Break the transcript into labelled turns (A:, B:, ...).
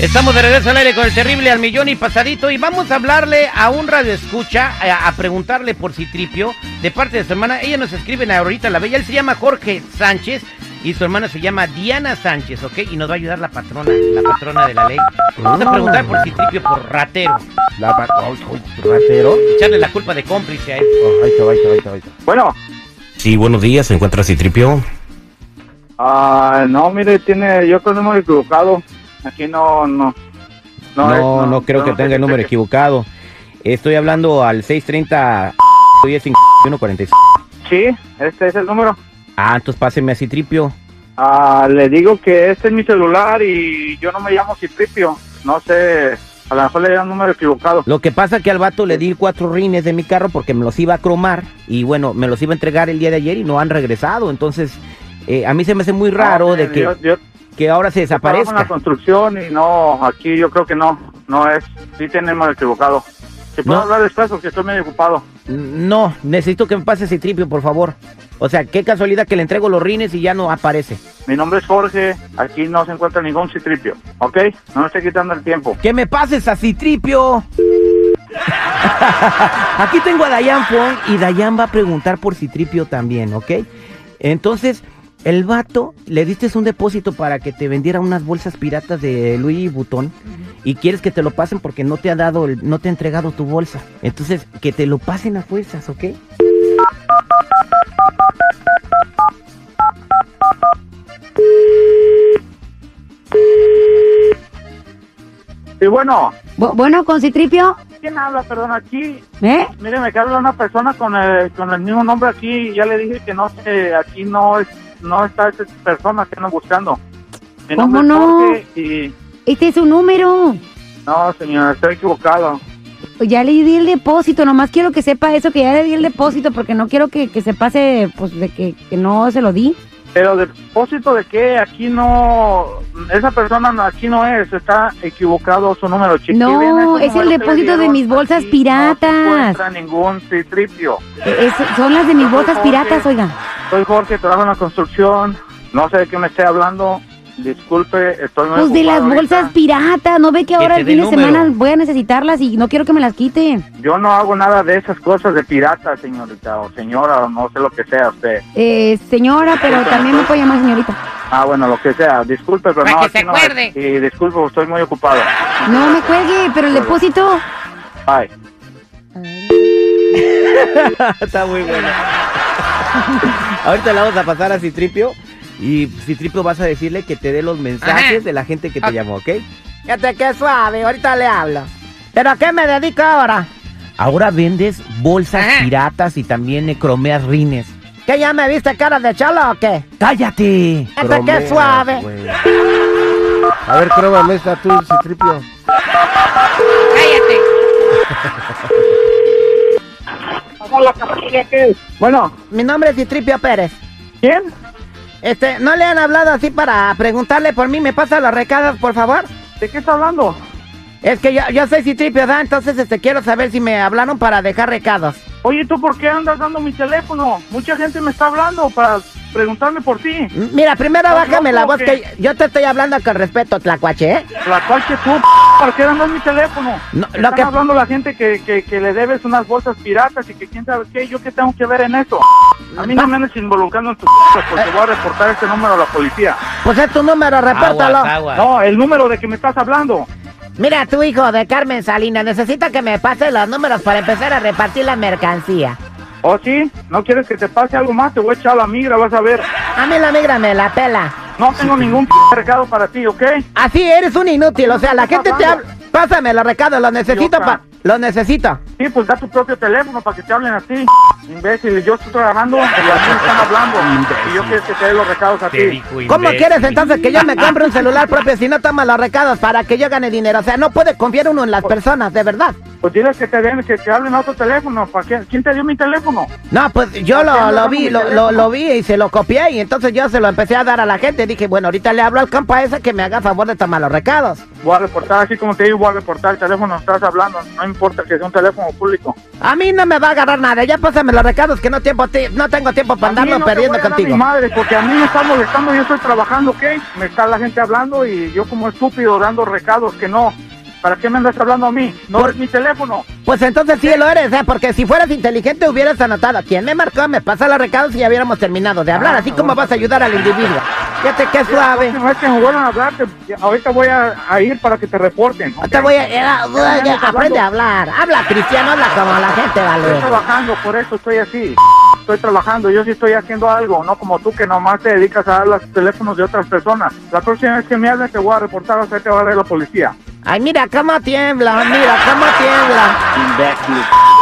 A: Estamos de regreso al aire con el terrible al millón y pasadito y vamos a hablarle a un radio escucha, eh, a, a preguntarle por Citripio, de parte de su hermana. Ella nos escribe ahorita la bella, él se llama Jorge Sánchez y su hermana se llama Diana Sánchez, ¿ok? Y nos va a ayudar la patrona, la patrona de la ley. Vamos a preguntar por Citripio, por ratero,
B: La pa- ay, ay, ratero.
A: echarle la culpa de cómplice a él.
B: Oh, ahí está, ahí está, ahí está, ahí está.
C: Bueno,
D: Sí, buenos días, ¿se encuentra Citripio?
C: ah, no, mire, tiene, yo creo el número equivocado. Aquí no, no.
E: No,
C: es-
E: no, creo que
C: no,
E: tenga el número
C: que-
E: equivocado. Estoy hablando al 630 1051
C: Sí, este es el número.
E: Ah, entonces páseme a Citripio.
C: Ah, le digo que este es mi celular y yo no me llamo Citripio. No sé, a lo mejor le da el número equivocado.
E: Lo que pasa que al vato le di cuatro rines de mi carro porque me los iba a cromar y bueno, me los iba a entregar el día de ayer y no han regresado. Entonces, eh, a mí se me hace muy raro
C: No,
E: de que,
C: Ah, Yo, yo
E: que ahora se
C: trabajo en la
E: desaparezca.
C: construcción y no, aquí yo creo que no, no es. Sí tiene el número equivocado. Si puedo
E: No.
C: hablar después porque estoy medio ocupado.
E: No, necesito que me pase Citripio, por favor. O sea, qué casualidad que le entrego los rines y ya no aparece.
C: Mi nombre es Jorge, aquí no se encuentra ningún citripio, ¿ok? No me esté quitando el tiempo.
E: ¡Que me pases a Citripio! Aquí tengo a Dayan Fong y Dayan va a preguntar por Citripio también, ¿ok? Entonces, el vato le diste un depósito para que te vendiera unas bolsas piratas de Louis Vuitton y quieres que te lo pasen porque no te ha dado, el- no te ha entregado tu bolsa. Entonces, que te lo pasen a fuerzas, ¿ok?
C: Y bueno,
F: Bu- bueno, con Citripio,
C: ¿quién habla? Perdón, aquí,
F: ¿eh?
C: mire, que habla una persona con el, con el mismo nombre aquí, ya le dije que no sé, aquí no es, no está esa persona que ando buscando. Mi nombre
F: ¿Cómo
C: es
F: no?
C: Jorge y
F: Este es su número. Pues
C: no, señor, estoy equivocado.
F: Ya le di el depósito, nomás quiero que sepa eso, que ya le di el depósito, porque no quiero que, que se pase, pues, de que, que no se lo di.
C: Pero de propósito de que aquí no, esa persona no- aquí no es, está equivocado su número, chiqui.
F: No,
C: Bien, ese número
F: es el
C: que le
F: depósito de
C: dieron
F: mis bolsas
C: aquí No se
F: piratas.
C: encuentra ningún citripio.
F: Eh, es- son las de mis botas piratas, oiga.
C: Soy Jorge, trabajo en la construcción. No sé de qué me esté hablando. Disculpe, estoy muy
F: Pues de las
C: ocupado ahorita.
F: bolsas piratas, ¿no ve que ahora
A: te
F: el
A: dé
F: fin de
A: número.
F: semana voy a necesitarlas y no quiero que me las quiten?
C: Yo no hago nada de esas cosas de pirata, señorita o señora, o no sé lo que sea usted.
F: Eh, señora, pero también me puede llamar señorita.
C: Ah, bueno, lo que sea. Disculpe, pero
A: Para
C: no.
A: que
C: aquí
A: se
C: no
A: acuerde.
C: es. Y disculpe, estoy muy ocupado.
F: No me cuelgue, pero el depósito...
C: Bye.
E: Está muy bueno. Ahorita la vamos a pasar a Citripio y Citripio vas a decirle que te dé los mensajes
A: Ajá.
E: de la gente que te
A: Ok.
E: llamó, ¿ok? Fíjate qué suave, ahorita le hablo. ¿Pero a qué me dedico ahora? Ahora vendes bolsas
A: Ajá.
E: piratas y también eh, cromeas rines.
G: ¿Qué ya me viste cara de cholo o qué?
E: ¡Cállate!
G: Hasta que
B: Bromeas,
G: suave.
B: güey. A ver, cróbame esta tú, Citripio.
A: ¡Cállate!
C: Bueno,
G: Mi nombre es Citripio Pérez.
C: ¿quién?
G: Este, ¿no le han hablado así para preguntarle por mí? ¿Me pasa los recados, por favor?
C: ¿De qué está hablando?
G: Es que yo, yo soy Citripio, ¿da? Entonces, este, quiero saber si me hablaron para dejar recados.
C: Oye, ¿tú por qué andas dando mi teléfono? Mucha gente me está hablando para preguntarme por ti.
G: M- Mira, primero
C: No,
G: bájame
C: no,
G: la
C: ¿cómo
G: voz
C: que?
G: que yo te estoy hablando con respeto, Tlacuache, ¿eh?
C: La cual que tú, p- ¿por qué andas mi teléfono?
G: No,
C: Están
G: lo que...
C: hablando la gente que, que, que le debes unas bolsas piratas y que quién sabe qué, yo qué tengo que ver en eso. A mí no me andes involucrando en tus cosas porque voy a reportar este número a la policía.
G: Pues es tu número, repórtalo.
A: Aguas, aguas.
C: No, el número de que me estás hablando.
G: Mira, tu hijo de Carmen Salinas, necesito que me pase los números para empezar a repartir la mercancía.
C: ¿O ¿Oh, sí? ¿No quieres que te pase algo más? Te voy a echar la migra, vas a ver.
G: A mí la migra me la pela.
C: No tengo ningún p- recado para ti, ¿ok?
G: Así eres un inútil, o sea, la
C: ¿Qué
G: gente te
C: pasando?
G: habla. Pásame los recados, los necesito
C: Idiota.
G: pa... Los necesito.
C: Sí, pues da tu propio teléfono para que te hablen así. Imbécil, yo estoy trabajando y así me están hablando. Y yo quiero que te dé los recados a
A: Te
C: ti.
A: dijo
G: ¿Cómo
A: imbécil.
G: quieres entonces que yo me compre un celular propio si no toma los recados para que yo gane dinero? O sea, no puede confiar uno en las personas, de verdad.
C: Pues diles que te den, que te hablen a otro teléfono. ¿Para qué? ¿Quién te dio mi teléfono?
G: No, pues yo
C: ¿Por qué
G: lo,
C: no
G: lo
C: dame
G: vi,
C: mi
G: lo, lo,
C: teléfono?
G: lo vi y se lo copié y entonces yo se lo empecé a dar a la gente. Dije, bueno, ahorita le hablo al compa ese que me haga favor de tomar los recados.
C: Voy a reportar, así como te digo, voy a reportar el teléfono, estás hablando, no importa que sea un teléfono público.
G: A mí no me va a agarrar nada, ya pásame los
E: los recados que no, tiempo ti- no tengo tiempo para
C: A mí
E: andarlo
C: no te voy
E: perdiendo
C: a dar
E: contigo.
C: Mi madre, porque a mí me está molestando, yo estoy trabajando, ¿ok? Me está la gente hablando y yo como estúpido dando recados que no. ¿Para qué me andas hablando a mí? No
E: Por-
C: es mi teléfono.
E: Pues entonces sí lo eres, ¿eh? porque si fueras inteligente hubieras anotado. ¿Quién me marcó? Me pasa los recados y ya hubiéramos terminado de
C: Ah,
E: hablar. Así como
C: pues
E: vas a ayudar al individuo. Fíjate qué suave.
C: Si no es que me vuelvan a hablar, te- ahorita voy a, a ir para que te reporten. ¿ok?
E: Te voy a... era-
C: Ya estamos
E: aprende a hablar. Habla, Cristiano, habla como la gente,
C: Estoy
E: vale.
C: trabajando, por eso estoy así. Estoy trabajando, yo sí estoy haciendo algo, no como tú que nomás te dedicas a dar los teléfonos de otras personas. La próxima vez que me hablen te voy a reportar, o sea, te va a ver la policía.
E: Ay, mira cómo tiembla, mira cómo tiembla.